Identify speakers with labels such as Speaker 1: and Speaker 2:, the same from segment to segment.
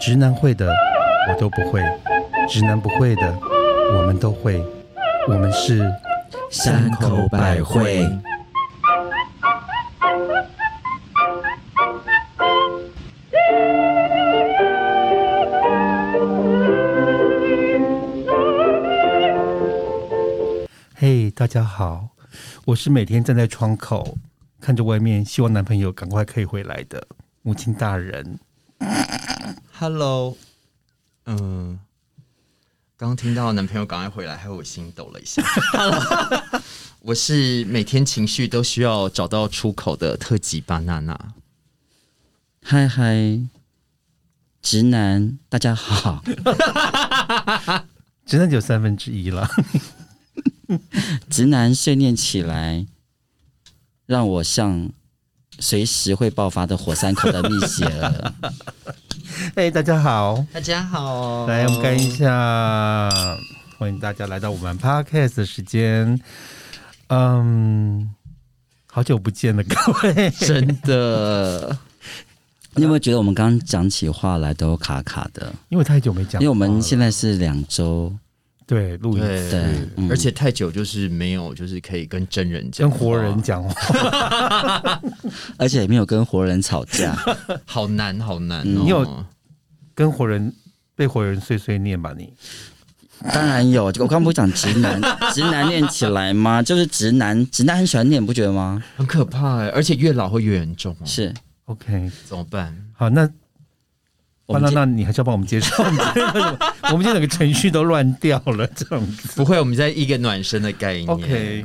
Speaker 1: 直男会的我都不会，直男不会的我们都会，我们是
Speaker 2: 山口百惠。
Speaker 1: 嘿大家好，我是每天站在窗口看着外面，希望男朋友赶快可以回来的母亲大人。
Speaker 2: Hello，嗯，刚听到男朋友赶快回来，害我心抖了一下。Hello，我是每天情绪都需要找到出口的特级巴娜娜。
Speaker 3: 嗨嗨，直男，大家好，
Speaker 1: 直男只有三分之一了，
Speaker 3: 直男训练起来，让我像随时会爆发的火山口的蜜雪儿。
Speaker 1: 嘿，哎大家好，
Speaker 2: 大家好，
Speaker 1: 来我们看一下，欢迎大家来到我们 podcast 的时间。嗯，好久不见了，各位。
Speaker 2: 真的，
Speaker 3: 你有没有觉得我们刚刚讲起话来都卡卡的？
Speaker 1: 因为太久没讲话了，
Speaker 3: 因为我们现在是两周，
Speaker 1: 对录影
Speaker 2: 对，
Speaker 3: 对嗯
Speaker 2: 而且太久就是没有，就是可以跟真人讲
Speaker 1: 跟
Speaker 2: 话，
Speaker 1: 活人讲话，
Speaker 3: 而且也没有跟活人吵架。
Speaker 2: 好难，好难哦。
Speaker 3: 嗯
Speaker 1: 你有跟活人被活人碎碎念吧你。
Speaker 3: 当然有，我刚不是讲直男，直男念起来吗？就是直男，直男很喜欢念，你不觉得吗？
Speaker 2: 很可怕哎，而且越老会越严重哦，
Speaker 3: 是
Speaker 1: OK，
Speaker 2: 怎么办？
Speaker 1: 好，那
Speaker 3: 我
Speaker 1: 巴
Speaker 3: 们
Speaker 1: 娜
Speaker 3: 今
Speaker 1: 娜，你还是要帮我们介 绍？我们今天为什么我们今天整个程序都乱掉了，这样子。
Speaker 2: 不会，我们在一个暖身的概念。
Speaker 1: OK，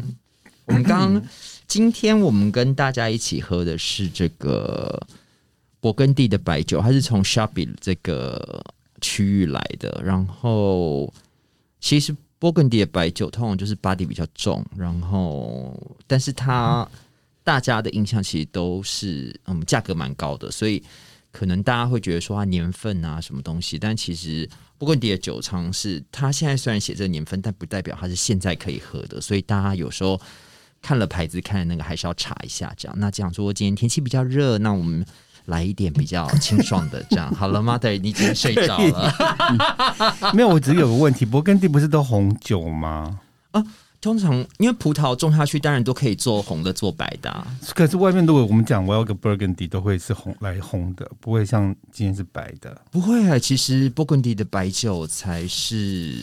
Speaker 2: 我们刚刚今天我们跟大家一起喝的是这个勃艮第的白酒，它是从 s h a b i 这个区域来的。然后其实勃艮第的白酒通常就是 body 比较重，然后但是它大家的印象其实都是嗯价格蛮高的，所以可能大家会觉得说它年份啊什么东西，但其实勃艮第的酒厂是它现在虽然写这个年份，但不代表它是现在可以喝的，所以大家有时候看了牌子看了那个还是要查一下这样。那这样说今天天气比较热，那我们。来一点比较清爽的，这样好了吗？对，你已经睡着了。
Speaker 1: 没有，我只是有个问题，勃艮第不是都红酒吗？
Speaker 2: 通常因为葡萄种下去，当然都可以做红的、做白的啊、
Speaker 1: 可是外面如果我们讲我要个 Burgundy，都会是红来红的，不会像今天是白 的。
Speaker 2: 不会啊，其实勃艮第的白酒才是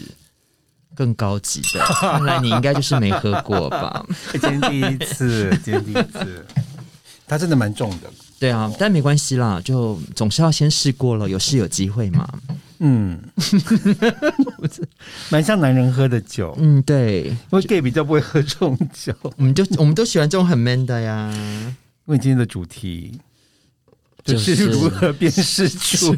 Speaker 2: 更高级的。看来你应该就是没喝过吧？
Speaker 1: 哎今天第一次，今天第一次，它真的蛮重的。
Speaker 2: 对啊，但没关系啦，就总是要先试过了，有试有机会嘛。
Speaker 1: 嗯， 蛮像男人喝的酒，因
Speaker 2: 嗯，对，
Speaker 1: 为 gay 比较不会喝这种酒。
Speaker 2: 我们就我们都喜欢这种很 man 的呀。
Speaker 1: 因为今天的主题就
Speaker 3: 就是
Speaker 1: 是如何辨识出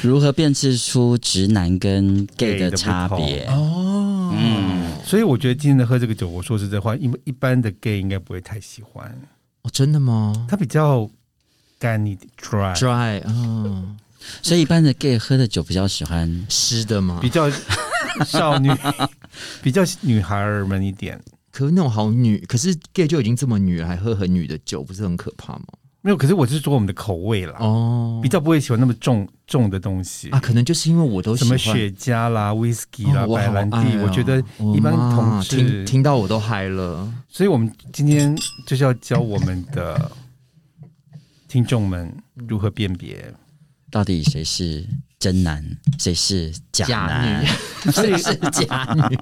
Speaker 3: 如何辨识出直男跟
Speaker 1: gay
Speaker 3: gay
Speaker 1: 的
Speaker 3: 的
Speaker 1: 不
Speaker 3: 差别？
Speaker 2: 哦，
Speaker 3: 嗯，
Speaker 1: 所以我觉得今天的喝这个酒，我说实在话，一一般的 gay 应该不会太喜欢，
Speaker 2: 哦，真的吗
Speaker 1: 它比较干一点 dry，
Speaker 2: ？Dry，嗯，
Speaker 3: 所以一般的 gay 喝的酒比较喜欢
Speaker 2: 湿的吗
Speaker 1: 比？较少女， 比较女孩儿们一点。
Speaker 2: 可是那种好女，可是 gay 就已经这么女了，还喝很女的酒，不是很可怕吗？
Speaker 1: 没有，可是我是说我们的口味啦，
Speaker 2: 哦
Speaker 1: 比，较不会喜欢那么重重的东西
Speaker 2: 啊，。可能就是因为我都
Speaker 1: 什
Speaker 2: 喜
Speaker 1: 么
Speaker 2: 欢
Speaker 1: 雪茄啦、whisky 啦、
Speaker 2: 哦我
Speaker 1: 白
Speaker 2: 好
Speaker 1: 兰地，
Speaker 2: 爱哦
Speaker 1: 我觉得一般
Speaker 2: 我妈
Speaker 1: 同志
Speaker 2: 听听到我都嗨了。
Speaker 1: 所以我们今天就是要教我们的听众们如何辨别。
Speaker 3: 到底谁是真男，谁是假 男。
Speaker 2: 女，所以是假女。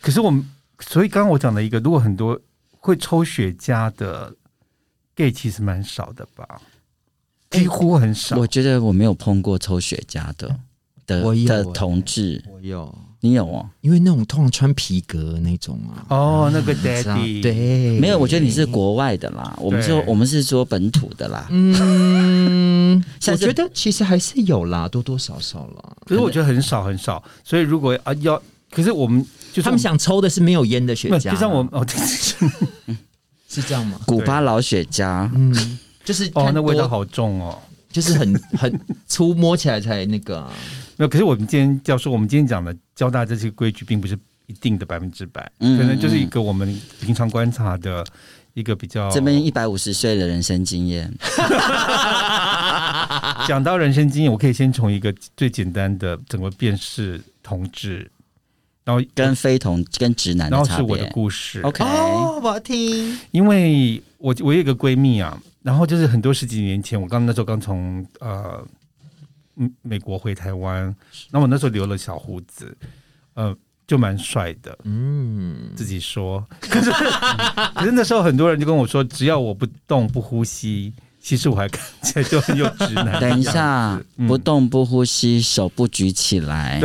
Speaker 1: 可是我们，所以刚刚我讲的一个，如果很多会抽雪茄的 gay 其实蛮少的吧，
Speaker 2: 哎
Speaker 1: 几乎很少。
Speaker 3: 我觉得我没有碰过抽雪茄的的
Speaker 2: 我有
Speaker 1: 啊
Speaker 3: 的
Speaker 2: 欸
Speaker 3: 同志，
Speaker 2: 我有，
Speaker 3: 你有哦？
Speaker 2: 因为那种通常穿皮革那种啊。
Speaker 1: 哦，那个
Speaker 2: 你知道
Speaker 1: daddy，，
Speaker 2: 对，
Speaker 3: 没有，我觉得你是国外的啦，我们说
Speaker 1: 对
Speaker 3: 我们是说本土的啦。
Speaker 2: 嗯，
Speaker 3: 下
Speaker 2: 我
Speaker 3: 次
Speaker 2: 觉得其实还是有啦，多多少少啦。
Speaker 1: 可是我觉得很少很少。所以如果啊要，可是我们就是
Speaker 2: 他们想抽的是没有烟的雪
Speaker 1: 我们，
Speaker 2: 茄，
Speaker 1: 就像我们哦，
Speaker 2: 是这样吗？
Speaker 3: 古巴老雪茄，
Speaker 2: 嗯，就是
Speaker 1: 哦，
Speaker 2: 看
Speaker 1: 那味道
Speaker 2: 多，
Speaker 1: 好重哦。
Speaker 2: 就是很 很粗，摸起来才那个啊。
Speaker 1: 没有，可是我们今天教授，我们今天讲的教大家这个规矩，并不是一定的百分之百，
Speaker 3: 嗯
Speaker 1: 可能就是一个我们平常观察的一个比较
Speaker 3: 这边一百五十岁的人生经验，
Speaker 1: 哦讲到人生经验，我可以先从一个最简单的怎么辨识同志，然后
Speaker 3: 跟非同跟直
Speaker 1: 然
Speaker 3: 男的
Speaker 1: 后
Speaker 3: 差
Speaker 1: 是我的
Speaker 3: 别。
Speaker 1: 故事，
Speaker 3: OK，、
Speaker 2: 哦，我要听，
Speaker 1: 因为我我有一个闺蜜啊，然后就是很多十几年前，我刚那时候刚从呃嗯美国回台湾，那我那时候留了小胡子，呃就蛮帅的，
Speaker 2: 嗯，
Speaker 1: 自己说。可是嗯可是那时候很多人就跟我说，只要我不动不呼吸，其实我还看起来就很有直男 的样子。
Speaker 3: 等一下，
Speaker 1: 嗯
Speaker 3: 不动不呼吸，手不举起来，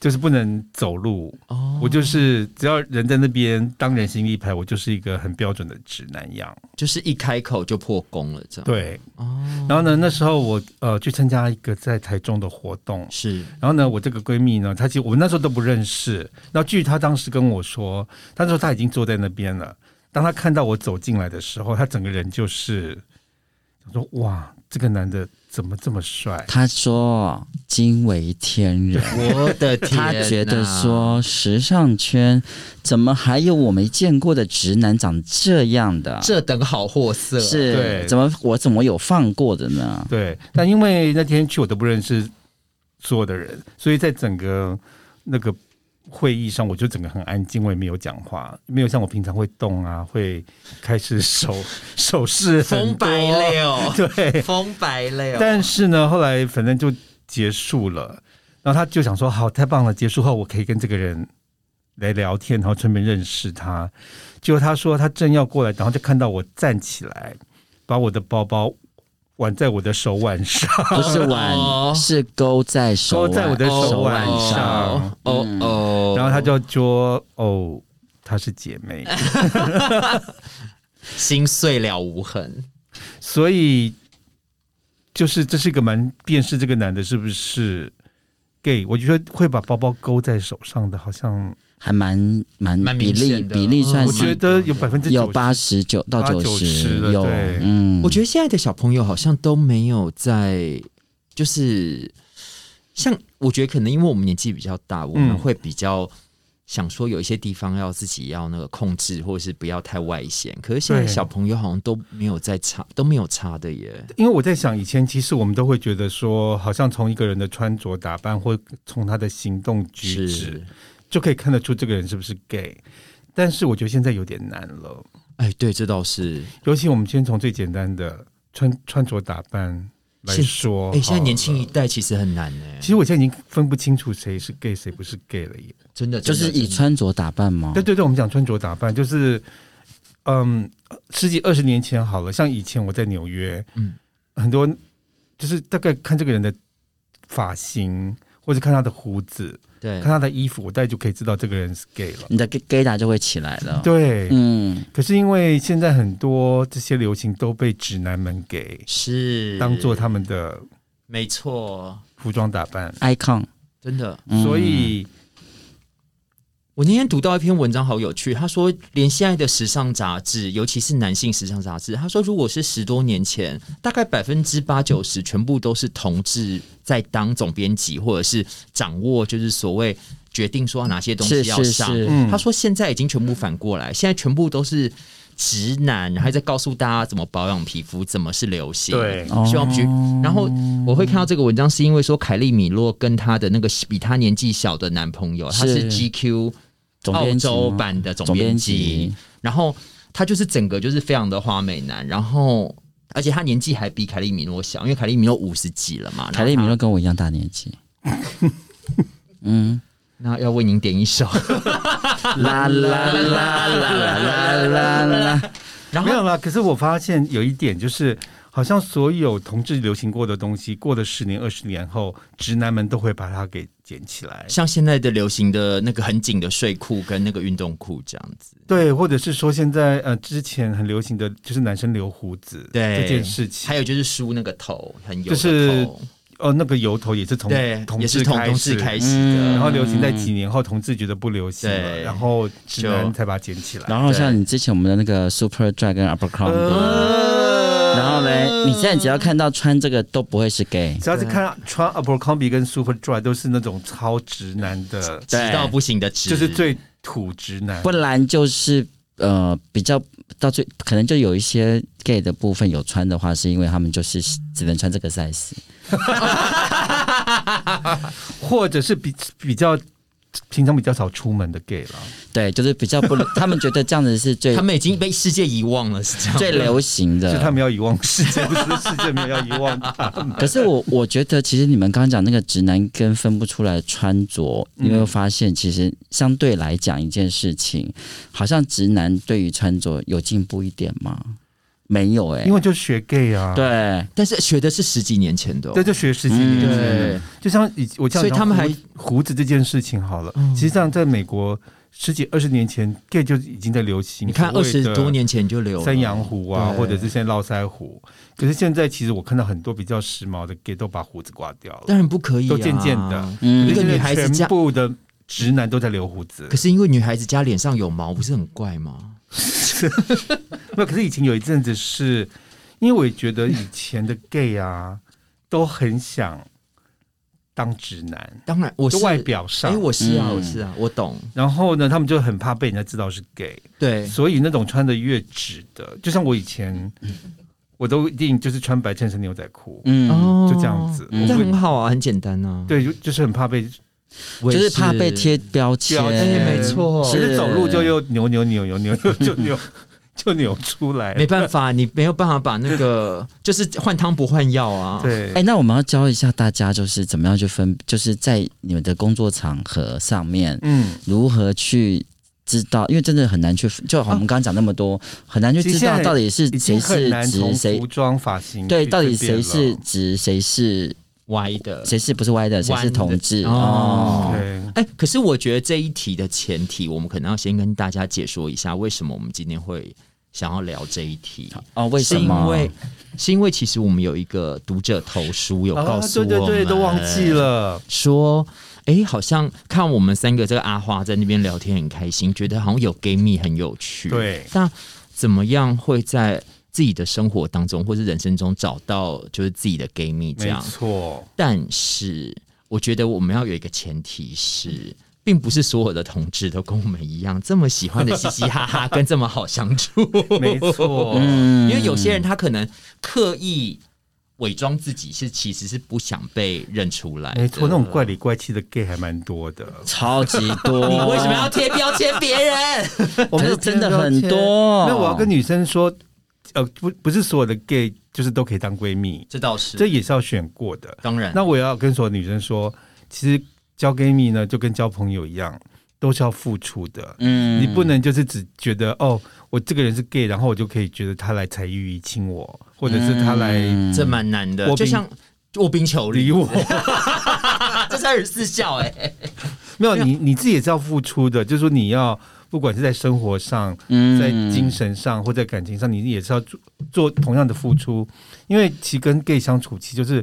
Speaker 1: 就是不能走路，
Speaker 2: 哦
Speaker 1: 我就是只要人在那边当人形立牌，我就是一个很标准的直男样。
Speaker 2: 就是一开口就破功了，这样，
Speaker 1: 对，
Speaker 2: 哦，
Speaker 1: 然后呢，那时候我呃去参加一个在台中的活动，
Speaker 2: 是
Speaker 1: 然后呢，我这个闺蜜呢，她其实我们那时候都不认识。那据她当时跟我说，她说她已经坐在那边了。当她看到我走进来的时候，她整个人就是，她说：“哇，这个男的怎么这么帅
Speaker 3: 他说惊为天人。
Speaker 2: 我的天
Speaker 3: 他
Speaker 2: 哪，
Speaker 3: 觉得说，时尚圈怎么还有我没见过的直男长这样的？
Speaker 2: 这等好货色，
Speaker 1: 对
Speaker 3: 是怎么我怎么有放过的呢？”？
Speaker 1: 对，但因为那天去我都不认识所有的人，所以在整个那个会议上，我就整个很安静，我也没有讲话，没有像我平常会动啊，会开始手手势很
Speaker 2: 风白
Speaker 1: 多
Speaker 2: 了，
Speaker 1: 对，
Speaker 2: 风白了，
Speaker 1: 但是呢，后来反正就结束了。然后他就想说，好，太棒了！结束后我可以跟这个人来聊天，然后顺便认识他。结果他说他正要过来，然后就看到我站起来，把我的包包挽在我的手腕上，
Speaker 3: 不是挽，
Speaker 2: 哦
Speaker 3: 是勾在手
Speaker 1: 勾
Speaker 3: 腕，
Speaker 1: 在我的手腕
Speaker 3: 手腕
Speaker 1: 上嗯
Speaker 2: 哦。哦哦，
Speaker 1: 然后他就说：“哦，她是姐妹。
Speaker 2: 心碎了无痕，”
Speaker 1: 所以就是这是一个蛮辨识这个男的是不是 gay。我觉得会把包包勾在手上的，好像
Speaker 3: 还蛮蛮
Speaker 2: 蛮
Speaker 3: 比
Speaker 2: 明
Speaker 3: 例
Speaker 2: 显的
Speaker 3: 比例算
Speaker 1: 我觉
Speaker 3: 是
Speaker 1: 得有百分之
Speaker 3: 有
Speaker 1: 九
Speaker 3: 八十九到
Speaker 1: 八
Speaker 3: 九
Speaker 1: 90了
Speaker 3: 有
Speaker 1: 对
Speaker 3: 嗯，
Speaker 2: 我觉得现在的小朋友好像都没有在，就是像我觉得可能因为我们年纪比较大，我们
Speaker 1: 嗯
Speaker 2: 会比较想说有一些地方要自己要那个控制，或者是不要太外显。可是现在
Speaker 1: 对
Speaker 2: 小朋友好像都没有在差，都没有差的耶。
Speaker 1: 因为我在想，以前其实我们都会觉得说，好像从一个人的穿着打扮，或从他的行动举止
Speaker 2: 是，，
Speaker 1: 就可以看得出这个人是不是 gay。但是我觉得现在有点难了，
Speaker 2: 哎，对，这倒是。
Speaker 1: 尤其我们先从最简单的穿穿着打扮来
Speaker 2: 现
Speaker 1: 说。
Speaker 2: 哎，现在年轻一
Speaker 1: 好了，
Speaker 2: 代其实很难呢。
Speaker 1: 哦其实我现在已经分不清楚谁是 gay 谁不是 gay 了耶。
Speaker 2: 真的
Speaker 3: 就是以。
Speaker 2: 真的真的
Speaker 3: 穿着打扮嘛
Speaker 1: 对，对对，我们讲穿着打扮，就是嗯，十几二十年前好了，像以前我在纽约，
Speaker 2: 嗯
Speaker 1: 很多就是大概看这个人的发型，或者看他的胡子，
Speaker 2: 对
Speaker 1: 看，他的衣服，我大概就可以知道这个人是 gay 了。
Speaker 3: 你的 gay gay 打就会起来了。，
Speaker 1: 对，
Speaker 3: 嗯，
Speaker 1: 可是因为现在很多这些流行都被直男们给
Speaker 2: 是
Speaker 1: 当做他们的
Speaker 2: 没错，
Speaker 1: 服装打扮，
Speaker 3: icon，
Speaker 2: 真的。
Speaker 3: 嗯
Speaker 1: 所以
Speaker 2: 我那天读到一篇文章，好有趣。他说，连现在的时尚杂志，尤其是男性时尚杂志，他说，如果是十多年前，大概百分之八九十全部都是同志在当总编辑，或者是掌握就是所谓决定说哪些东西
Speaker 3: 是
Speaker 2: 要
Speaker 3: 是
Speaker 2: 上。
Speaker 3: 是，
Speaker 1: 嗯
Speaker 2: 他说，现在已经全部反过来，现在全部都是直男，还在告诉大家怎么保养皮肤，怎么是流行。
Speaker 1: 对
Speaker 2: 希望去。
Speaker 3: 哦
Speaker 2: 然后我会看到这个文章，是因为说凯利米洛跟她的那个比她年纪小的男朋友，他是
Speaker 3: 是
Speaker 2: GQ
Speaker 3: 总
Speaker 2: 澳
Speaker 3: 编辑
Speaker 2: 洲
Speaker 3: 吗
Speaker 2: 版的总
Speaker 3: 总
Speaker 2: 编
Speaker 3: 编
Speaker 2: 辑
Speaker 3: 辑，，
Speaker 2: 然后他就是整个就是非常的花美男，然后而且他年纪还比凯利米洛小，因为凯利米洛五十几了嘛。然后
Speaker 3: 凯利米
Speaker 2: 他
Speaker 3: 洛跟我一样大年纪。嗯，
Speaker 2: 那要为您点一首，
Speaker 3: 啦啦啦啦啦啦啦！
Speaker 2: 然
Speaker 1: 没有
Speaker 2: 后
Speaker 1: 啦。可是我发现有一点就是。好像所有同志流行过的东西，过了十年、二十年后，直男们都会把它给捡起来，
Speaker 2: 像现在的流行的那个很紧的睡裤跟那个运动裤这样子，
Speaker 1: 对，或者是说现在呃，之前很流行的就是男生留胡子
Speaker 2: 对
Speaker 1: 这件事情，
Speaker 2: 还有就是梳那个头很油的头，
Speaker 1: 就是哦，那个由头也是从
Speaker 2: 对，
Speaker 1: 同
Speaker 2: 也
Speaker 1: 志
Speaker 2: 是同
Speaker 1: 开
Speaker 2: 同志
Speaker 1: 始，
Speaker 2: 开始的，
Speaker 3: 嗯
Speaker 1: 然后流行在几年后，同志觉得不流行了，
Speaker 2: 对
Speaker 1: 然后直
Speaker 2: 就
Speaker 1: 男才把它捡起来。
Speaker 3: 然后像你之前我们的那个 Super Drag 跟 Abercrombie，
Speaker 1: 呃，
Speaker 3: 然后嘞，你现在只要看到穿这个都不会是 gay，
Speaker 1: 只要是看穿 Abercrombie 跟 Superdry 都是那种超直男的，
Speaker 2: 直到
Speaker 3: 对，
Speaker 2: 不行的直，
Speaker 1: 就是最土直男。
Speaker 3: 不然就是呃比较到最可能就有一些 gay 的部分有穿的话，是因为他们就是只能穿这个 size。
Speaker 1: 或者是比比较平常比较少出门的 gay 啦。
Speaker 3: 对，就是比 较不，他们觉得这样子是最
Speaker 2: 他们已经被世界遗忘了，是这样吗。
Speaker 3: 最流行
Speaker 2: 啊
Speaker 1: 是他
Speaker 3: 的。
Speaker 1: 们要遗忘世界，不是世界没有要遗忘他 们。
Speaker 3: 可是我我觉得，其实你们刚刚讲那个直男跟分不出来穿着，
Speaker 1: 嗯
Speaker 3: 你有没有发现，其实相对来讲一件事情，好像直男对于穿着有进步一点吗？没有哎、
Speaker 1: 因为就学 gay 啊，
Speaker 3: 对
Speaker 2: 但是学的是十几年前的、哦，
Speaker 1: 对，就学十几年
Speaker 3: 嗯
Speaker 1: 前，
Speaker 2: 对
Speaker 1: 就像以我这样讲胡，
Speaker 2: 所以他们还嗯
Speaker 1: 胡子这件事情好了，其实这样在美国十几二十年前 gay 就已经在流行，
Speaker 2: 你看
Speaker 1: 所
Speaker 2: 二
Speaker 1: 谓的
Speaker 2: 十多年前就留了
Speaker 1: 三阳胡啊，
Speaker 2: 对
Speaker 1: 或者是现在络腮胡，可是现在其实我看到很多比较时髦的 gay 都把胡子刮掉
Speaker 2: 当
Speaker 1: 了，
Speaker 2: 然不可以、啊，
Speaker 1: 都渐渐的。
Speaker 3: 嗯
Speaker 1: 可是
Speaker 2: 一个女孩子
Speaker 1: 现在
Speaker 2: 这
Speaker 1: 全
Speaker 2: 样
Speaker 1: 部的直男都在留胡子
Speaker 2: 可，是因为女孩子家脸上有毛，不是很怪吗？
Speaker 1: 那可是以前有一阵子是，因为我也觉得以前的 gay 啊，都很想当直男，
Speaker 2: 当然，我是
Speaker 1: 就外，表上，
Speaker 2: 哎、我是啊，
Speaker 3: 嗯
Speaker 2: 我是啊，我懂。
Speaker 1: 然后呢，他们就很怕被人家知道是 gay，
Speaker 2: 对，
Speaker 1: 所以那种穿的越直的，就像我以前，我都一定就是穿白衬衫牛仔裤，
Speaker 3: 嗯，
Speaker 1: 就这样子
Speaker 2: 嗯
Speaker 3: 我
Speaker 2: 但
Speaker 1: 会
Speaker 2: 很好啊，很简单啊。，
Speaker 1: 对，就就是很怕被，
Speaker 2: 我
Speaker 3: 就
Speaker 2: 也
Speaker 3: 是怕被贴标签
Speaker 1: 标，
Speaker 2: 哎
Speaker 1: 签
Speaker 2: 没错，
Speaker 1: 其实
Speaker 3: 是
Speaker 1: 走路就又扭扭扭扭扭扭就扭就扭出来
Speaker 2: 没
Speaker 1: 了，
Speaker 2: 办法，你没有办法把那个就是换汤不换药啊。，
Speaker 1: 对
Speaker 3: 哎、，那我们要教一下大家，就是怎么样去分，就是在你们的工作场合上面，
Speaker 1: 嗯。
Speaker 3: 如何去知道，因为真的很难去，就好我们刚刚讲那么多，很难去
Speaker 1: 啊其实
Speaker 3: 知
Speaker 1: 现
Speaker 3: 道
Speaker 1: 在
Speaker 3: 到底是
Speaker 1: 已
Speaker 3: 谁
Speaker 1: 经很
Speaker 3: 是
Speaker 1: 难
Speaker 3: 直
Speaker 1: 从
Speaker 3: 谁
Speaker 1: 服。装、发型
Speaker 3: 对，
Speaker 1: 去
Speaker 3: 到底
Speaker 1: 分辨
Speaker 3: 谁是
Speaker 1: 了
Speaker 3: 直，谁是
Speaker 2: 歪的。
Speaker 3: 谁是不是歪的，谁
Speaker 2: 弯
Speaker 3: 是
Speaker 2: 的
Speaker 3: 同志
Speaker 2: 哦
Speaker 3: 哦？
Speaker 1: 对，
Speaker 2: 哎、可是我觉得这一题的前提，我们可能要先跟大家解说一下，为什么我们今天会想要聊这一题。
Speaker 3: 哦，为什
Speaker 2: 是因
Speaker 3: 么？
Speaker 2: 为是因为其实我们有一个读者投书有告
Speaker 1: 啊，
Speaker 2: 诉我
Speaker 1: 对
Speaker 2: 们，
Speaker 1: 对对，都忘记了。
Speaker 2: 说。哎，好像看我们三个这个阿花在那边聊天很开心，觉得好像有 gay 蜜很有趣。
Speaker 1: 对
Speaker 2: 那怎么样会在自己的生活当中或是人生中找到就是自己的 gay 蜜这
Speaker 1: 没
Speaker 2: 样？
Speaker 1: 错，
Speaker 2: 但是我觉得我们要有一个前提是，并不是所有的同志都跟我们一样这么喜欢的嘻嘻哈哈，跟这么好 相处。
Speaker 1: 没错，
Speaker 3: 嗯
Speaker 2: 因为有些人他可能刻意伪装自己是，其实是不想被认出来。
Speaker 1: 没哎错，那种怪。里怪气的 gay 还蛮多的。
Speaker 3: 超 级多，
Speaker 2: 你为什么要贴标签别人？
Speaker 1: 我们
Speaker 3: 可是真的很多
Speaker 1: 那我要跟女生说，呃，不不是所有的 gay 就是都可以当闺蜜，
Speaker 2: 这倒是，
Speaker 1: 这也是要选过的。
Speaker 2: 当然。
Speaker 1: 那我也要跟所有女生说，其实交闺蜜呢，就跟交朋友一样，都是要付出的。
Speaker 3: 嗯
Speaker 1: 你不能就是只觉得哦，我这个人是 gay，然后我就可以觉得他来才欲于亲我，或者是他来
Speaker 3: 嗯
Speaker 2: 这蛮难的，
Speaker 1: 卧
Speaker 2: 就
Speaker 1: 冰
Speaker 2: 像卧冰求
Speaker 1: 理
Speaker 2: 鲤，
Speaker 1: 我。
Speaker 2: 这是二十四孝 哎。
Speaker 1: 没有，你你自己也是要付出的，就是说你要不管是在生活上、
Speaker 3: 嗯
Speaker 1: 在精神上或在感情上，你也是要做做同样的付出，因为其实跟 gay 相处，其实就是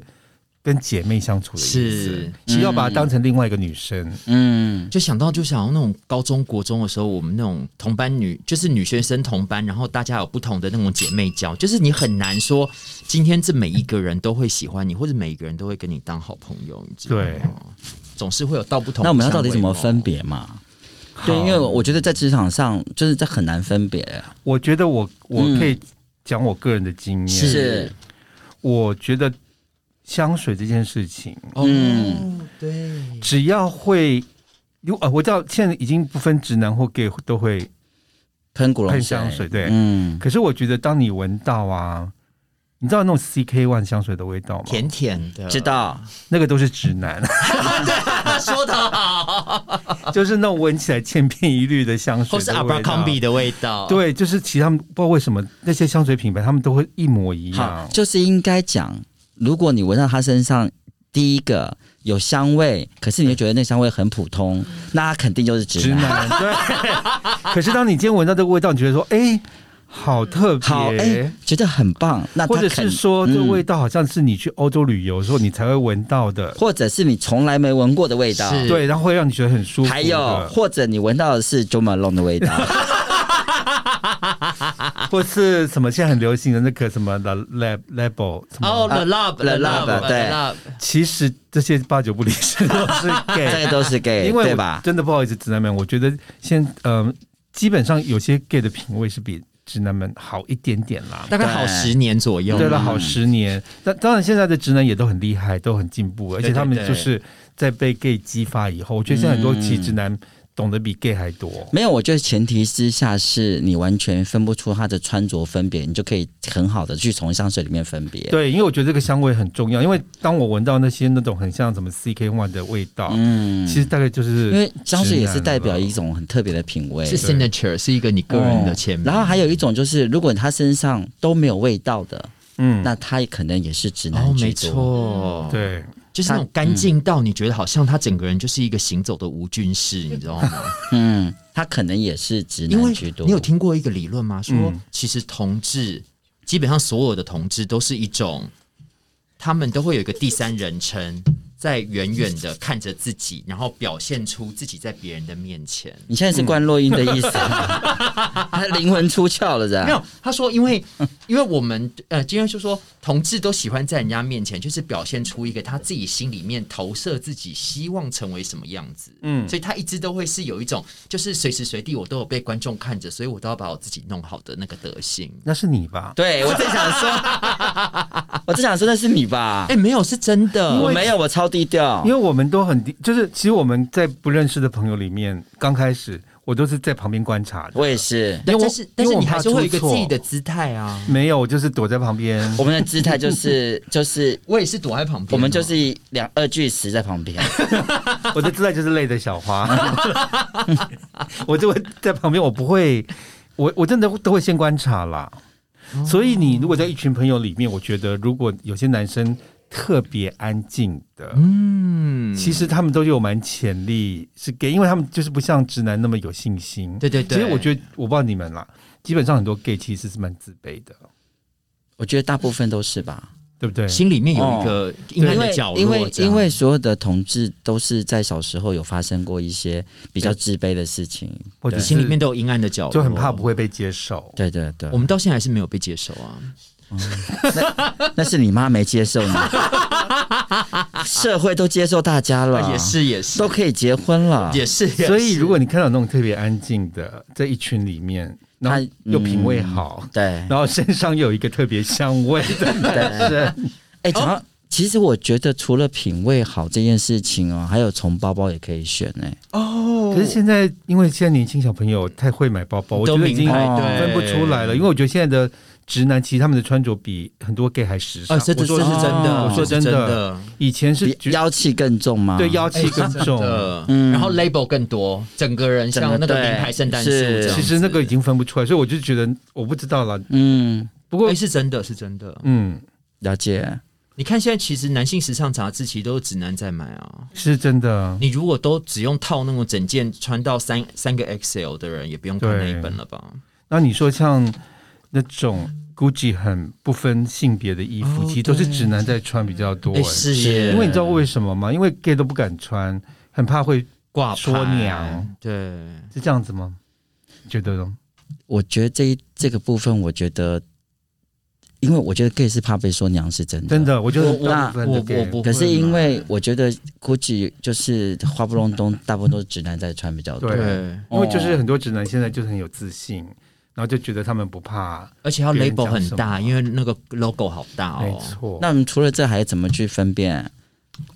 Speaker 1: 跟姐妹相处的意思
Speaker 2: 是，
Speaker 1: 其实要把它当成另外一个女生，
Speaker 3: 嗯
Speaker 2: 就想到就想到那种高中国中的时候，我们那种同班女，就是女学生同班，然后大家有不同的那种姐妹交，就是你很难说今天这每一个人都会喜欢你，或者每一个人都会跟你当好朋友，你知道吗？
Speaker 1: 对，
Speaker 2: 总是会有道不同。
Speaker 3: 那我们要到底怎么分？别嘛？对，因为我觉得在职场上就是这很难分别，啊
Speaker 1: 我觉得我我
Speaker 3: 嗯
Speaker 1: 可以讲我个人的经验，
Speaker 3: 是
Speaker 1: 我觉得香水这件事情，
Speaker 2: 嗯，对，
Speaker 1: 只要会。如啊，我知道现在已经不分直男或 gay 都会
Speaker 3: 喷古龙
Speaker 1: 喷香水，对，
Speaker 3: 嗯，
Speaker 1: 可是我觉得，当你闻到啊，你知道那种 CK One 香水的味道吗？
Speaker 2: 甜甜
Speaker 1: 呃
Speaker 2: 的，
Speaker 3: 知道，
Speaker 1: 那个都是直 男，
Speaker 2: 说的好，
Speaker 1: 就是那种闻起来千篇一律的香水
Speaker 2: 或
Speaker 1: 的
Speaker 2: 是
Speaker 1: 味道，
Speaker 2: 阿布拉康比的味道，，
Speaker 1: 对，就是其实他们不知道为什么那些香水品牌，他们都会一模一
Speaker 3: 好
Speaker 1: 样，。
Speaker 3: 就是应该讲，如果你闻到他身上第一个有香味，可是你就觉得那香味很普通，那他肯定就是直
Speaker 1: 直男
Speaker 3: 男。
Speaker 1: 对， 可是当你今天闻到这个味道，你觉得说，哎、好特
Speaker 3: 好，哎、
Speaker 1: 别，
Speaker 3: 觉得很棒，那
Speaker 1: 或
Speaker 3: 他
Speaker 1: 者
Speaker 3: 肯
Speaker 1: 是说，这
Speaker 3: 嗯
Speaker 1: 味道好像是你去欧洲旅游的时候你才会闻到的，
Speaker 3: 或者是你从来没闻过的味道，
Speaker 2: 是
Speaker 1: 对，然后会让你觉得很舒服的。
Speaker 3: 嗯还有或者你闻到的是 Jo Malone 的 味道，
Speaker 1: 或是什么现在很流行的那个什么 The Lab Label 什么
Speaker 2: 哦，The Love，The
Speaker 3: The Love，对
Speaker 2: Love，
Speaker 1: 其实这些八九不离十都是
Speaker 3: 这
Speaker 1: gay，
Speaker 3: 个都是 gay，
Speaker 1: 因为
Speaker 3: 对
Speaker 1: 我
Speaker 3: 吧？
Speaker 1: 真的不好意思，直男们，我觉得先嗯、呃基本上有些 gay 的品味是比直男们好一点点啦。
Speaker 2: 大概好十年左右，
Speaker 1: 对
Speaker 3: 啦
Speaker 1: 了，好十
Speaker 3: 嗯
Speaker 1: 年。但当然，现在的直男也都很厉害，都很进步，而且他们就是在被 gay 激发以后，我觉得现在很多
Speaker 3: 嗯
Speaker 1: 其实直男懂得比 gay 还多。
Speaker 3: 没有，我觉得前提之下是你完全分不出他的穿着分别，你就可以很好的去从香水里面分别。
Speaker 1: 对，因为我觉得这个香味很重要，因为当我闻到那些那种很像什么 CK One 的味道，
Speaker 3: 嗯，
Speaker 1: 其实大概就
Speaker 3: 因
Speaker 1: 是
Speaker 3: 为香水也是代表一种很特别的品味。哦
Speaker 2: 是 signature，是一个你个人的签名。
Speaker 3: 然后还有一种就是，如果他身上都没有味道的，
Speaker 1: 嗯，
Speaker 3: 那他可能也是直
Speaker 2: 哦
Speaker 3: 男，居
Speaker 2: 没
Speaker 3: 多。
Speaker 2: 错，，嗯
Speaker 1: 对，
Speaker 2: 就是那种干净到你觉得好像他整个人就是一个行走的无菌室，你知道吗？
Speaker 3: 嗯，他可能也是直
Speaker 2: 因
Speaker 3: 男
Speaker 2: 为
Speaker 3: 居多。
Speaker 2: 你有听过一个理论吗？说
Speaker 1: 嗯
Speaker 2: 其实同志基本上所有的同志都是一种，他们都会有一个第三人称，在远远的看着自己，然后表现出自己在别人的面前。
Speaker 3: 你现在是关洛音的意思，啊他 灵魂出窍了，这
Speaker 2: 没
Speaker 3: 样。
Speaker 2: 有，他说因为
Speaker 1: 嗯
Speaker 2: 因为我们呃，今天就说同志都喜欢在人家面前，就是表现出一个他自己心里面投射自己希望成为什么样子。
Speaker 1: 嗯，
Speaker 2: 所以他一直都会是有一种，就是随时随地我都有被观众看着，所以我都要把我自己弄好的那个德性。
Speaker 1: 那是你吧？
Speaker 3: 对我正想说， 我正想说那是你吧
Speaker 2: 哎、？没有，是真的。
Speaker 3: 我
Speaker 2: 我
Speaker 3: 没有，我超低调
Speaker 1: 因为。我们都很低，就是其实我们在不认识的朋友里面，刚开始我都是在旁边观察的，
Speaker 3: 我也是，
Speaker 2: 但
Speaker 1: 因为我
Speaker 2: 但是
Speaker 1: 因为
Speaker 2: 但是
Speaker 1: 我
Speaker 2: 你
Speaker 1: 怕
Speaker 2: 还是会有一个
Speaker 1: 出
Speaker 2: 自
Speaker 1: 错
Speaker 2: 己的姿态啊。
Speaker 1: 没有，我就是躲在旁 边。
Speaker 3: 我们的姿态就是就是，
Speaker 2: 我也是躲在旁边啊，
Speaker 3: 我们就是两二句词在旁边。
Speaker 1: 我的姿态就是累的小 花， 我就会在旁边，我不会，我我真的都会先观察啦。
Speaker 2: 哦
Speaker 1: 所以你如果在一群朋友里面，我觉得如果有些男生特别安静的，
Speaker 2: 嗯，
Speaker 1: 其实他们都有蛮潜力是给，因为他们就是不像直男那么有信心。
Speaker 2: 对对
Speaker 1: 其
Speaker 2: 对，
Speaker 1: 实我
Speaker 2: 得
Speaker 1: 觉得，我不知道你们啦，基本上很多 gay 其实是蛮自卑的，
Speaker 3: 我觉得大部分都是吧，
Speaker 1: 对不对？
Speaker 2: 心里面有一
Speaker 1: 哦
Speaker 2: 个阴暗
Speaker 3: 因
Speaker 2: 的
Speaker 3: 为
Speaker 2: 角落
Speaker 3: 因为
Speaker 2: 这样
Speaker 3: 因为所有的同志都是在小时候有发生过一些比较自卑的事情。
Speaker 1: 或者
Speaker 3: 对
Speaker 1: 是
Speaker 2: 心里面都有阴暗的角落，
Speaker 1: 就很怕不。会被接
Speaker 2: 哦
Speaker 1: 受。
Speaker 3: 对对对
Speaker 2: 我，们到现在还是没有被接受啊！
Speaker 3: 那是你妈没接受 你，社会都接受大家了，
Speaker 2: 啊也是也是
Speaker 3: 都可以结婚了。
Speaker 2: 也是，也
Speaker 1: 啊所以，
Speaker 2: 是
Speaker 1: 如果你看到那种特别安静的，在一群里面，然后
Speaker 3: 他
Speaker 1: 又品味
Speaker 3: 嗯
Speaker 1: 好，
Speaker 3: 对，
Speaker 2: 哎
Speaker 1: 然后身上又有一个特别香味 的男生，
Speaker 3: 哎，讲到其实我觉得除了品味好这件事情哦，还有从包包也可以选哎、
Speaker 2: 哦
Speaker 1: 可是现在因为现在年轻小朋友太会买包包，我觉
Speaker 2: 都
Speaker 1: 得已
Speaker 2: 明
Speaker 1: 经
Speaker 2: 白
Speaker 3: 哦
Speaker 2: 对
Speaker 1: 分不出来了。因为我觉得现在的直男其实他们的穿着比很多 gay 还时尚。
Speaker 2: 呃，这这
Speaker 1: 我说
Speaker 2: 这是真的，
Speaker 3: 哦
Speaker 1: 我说
Speaker 2: 这
Speaker 1: 真
Speaker 2: 是真
Speaker 1: 的，哎
Speaker 2: 的，
Speaker 1: 以前是
Speaker 3: 比
Speaker 1: 觉
Speaker 3: 妖气更重吗？
Speaker 1: 对妖气更
Speaker 2: 啊哎真
Speaker 1: 重，
Speaker 2: 的
Speaker 3: 嗯
Speaker 2: 然后 label 更多，整个人像
Speaker 3: 整
Speaker 2: 那
Speaker 3: 个
Speaker 2: 个
Speaker 3: 对
Speaker 2: 名牌圣诞树
Speaker 3: 是
Speaker 2: 这样
Speaker 1: 其
Speaker 2: 子。
Speaker 1: 实那个已经分不出来，所以我就觉得我不知道了。
Speaker 3: 嗯，
Speaker 1: 不过
Speaker 2: 哎，，是真的，是真的。
Speaker 1: 嗯，
Speaker 3: 了解。
Speaker 2: 你看现在其实男性时尚杂志其实都是直男在买啊。
Speaker 1: 是真的。
Speaker 2: 你如果都只用套那种整件穿到三三个 XL 的人，也不用看那
Speaker 1: 对
Speaker 2: 一本了吧？
Speaker 1: 那你说像那种 Gucci 很不分性别的衣服，
Speaker 2: 哦
Speaker 1: 其实都是
Speaker 2: 对
Speaker 1: 直男在穿比较多、
Speaker 2: 哎，
Speaker 1: 哎
Speaker 2: 是耶，
Speaker 1: 因为你知道为什么吗？因为 gay 都不敢穿，很怕会
Speaker 2: 挂牌
Speaker 1: 说娘，
Speaker 2: 对，
Speaker 1: 是这样子吗？觉得呢？
Speaker 3: 我觉得这一这个部分，我觉得，因为我觉得 gay 是怕被说娘是真的，
Speaker 1: 真。的，我觉得
Speaker 3: 我
Speaker 1: 大部分
Speaker 2: 我
Speaker 1: 的
Speaker 2: 我
Speaker 1: gay
Speaker 2: 不会买，
Speaker 3: 可是因为我觉得估计就是花不隆咚，大部分都是直男在穿比较多。
Speaker 1: 对
Speaker 2: 对，哦
Speaker 1: 因为就是很多直男现在就是很有自信，然后就觉得他们不怕，
Speaker 2: 而且要
Speaker 1: 别人
Speaker 2: label
Speaker 1: 讲
Speaker 2: 很
Speaker 1: 什么
Speaker 2: 大，因为那个 logo 好大
Speaker 1: 没
Speaker 2: 哦。
Speaker 1: 错。
Speaker 3: 那我们除了这还怎么去分辨？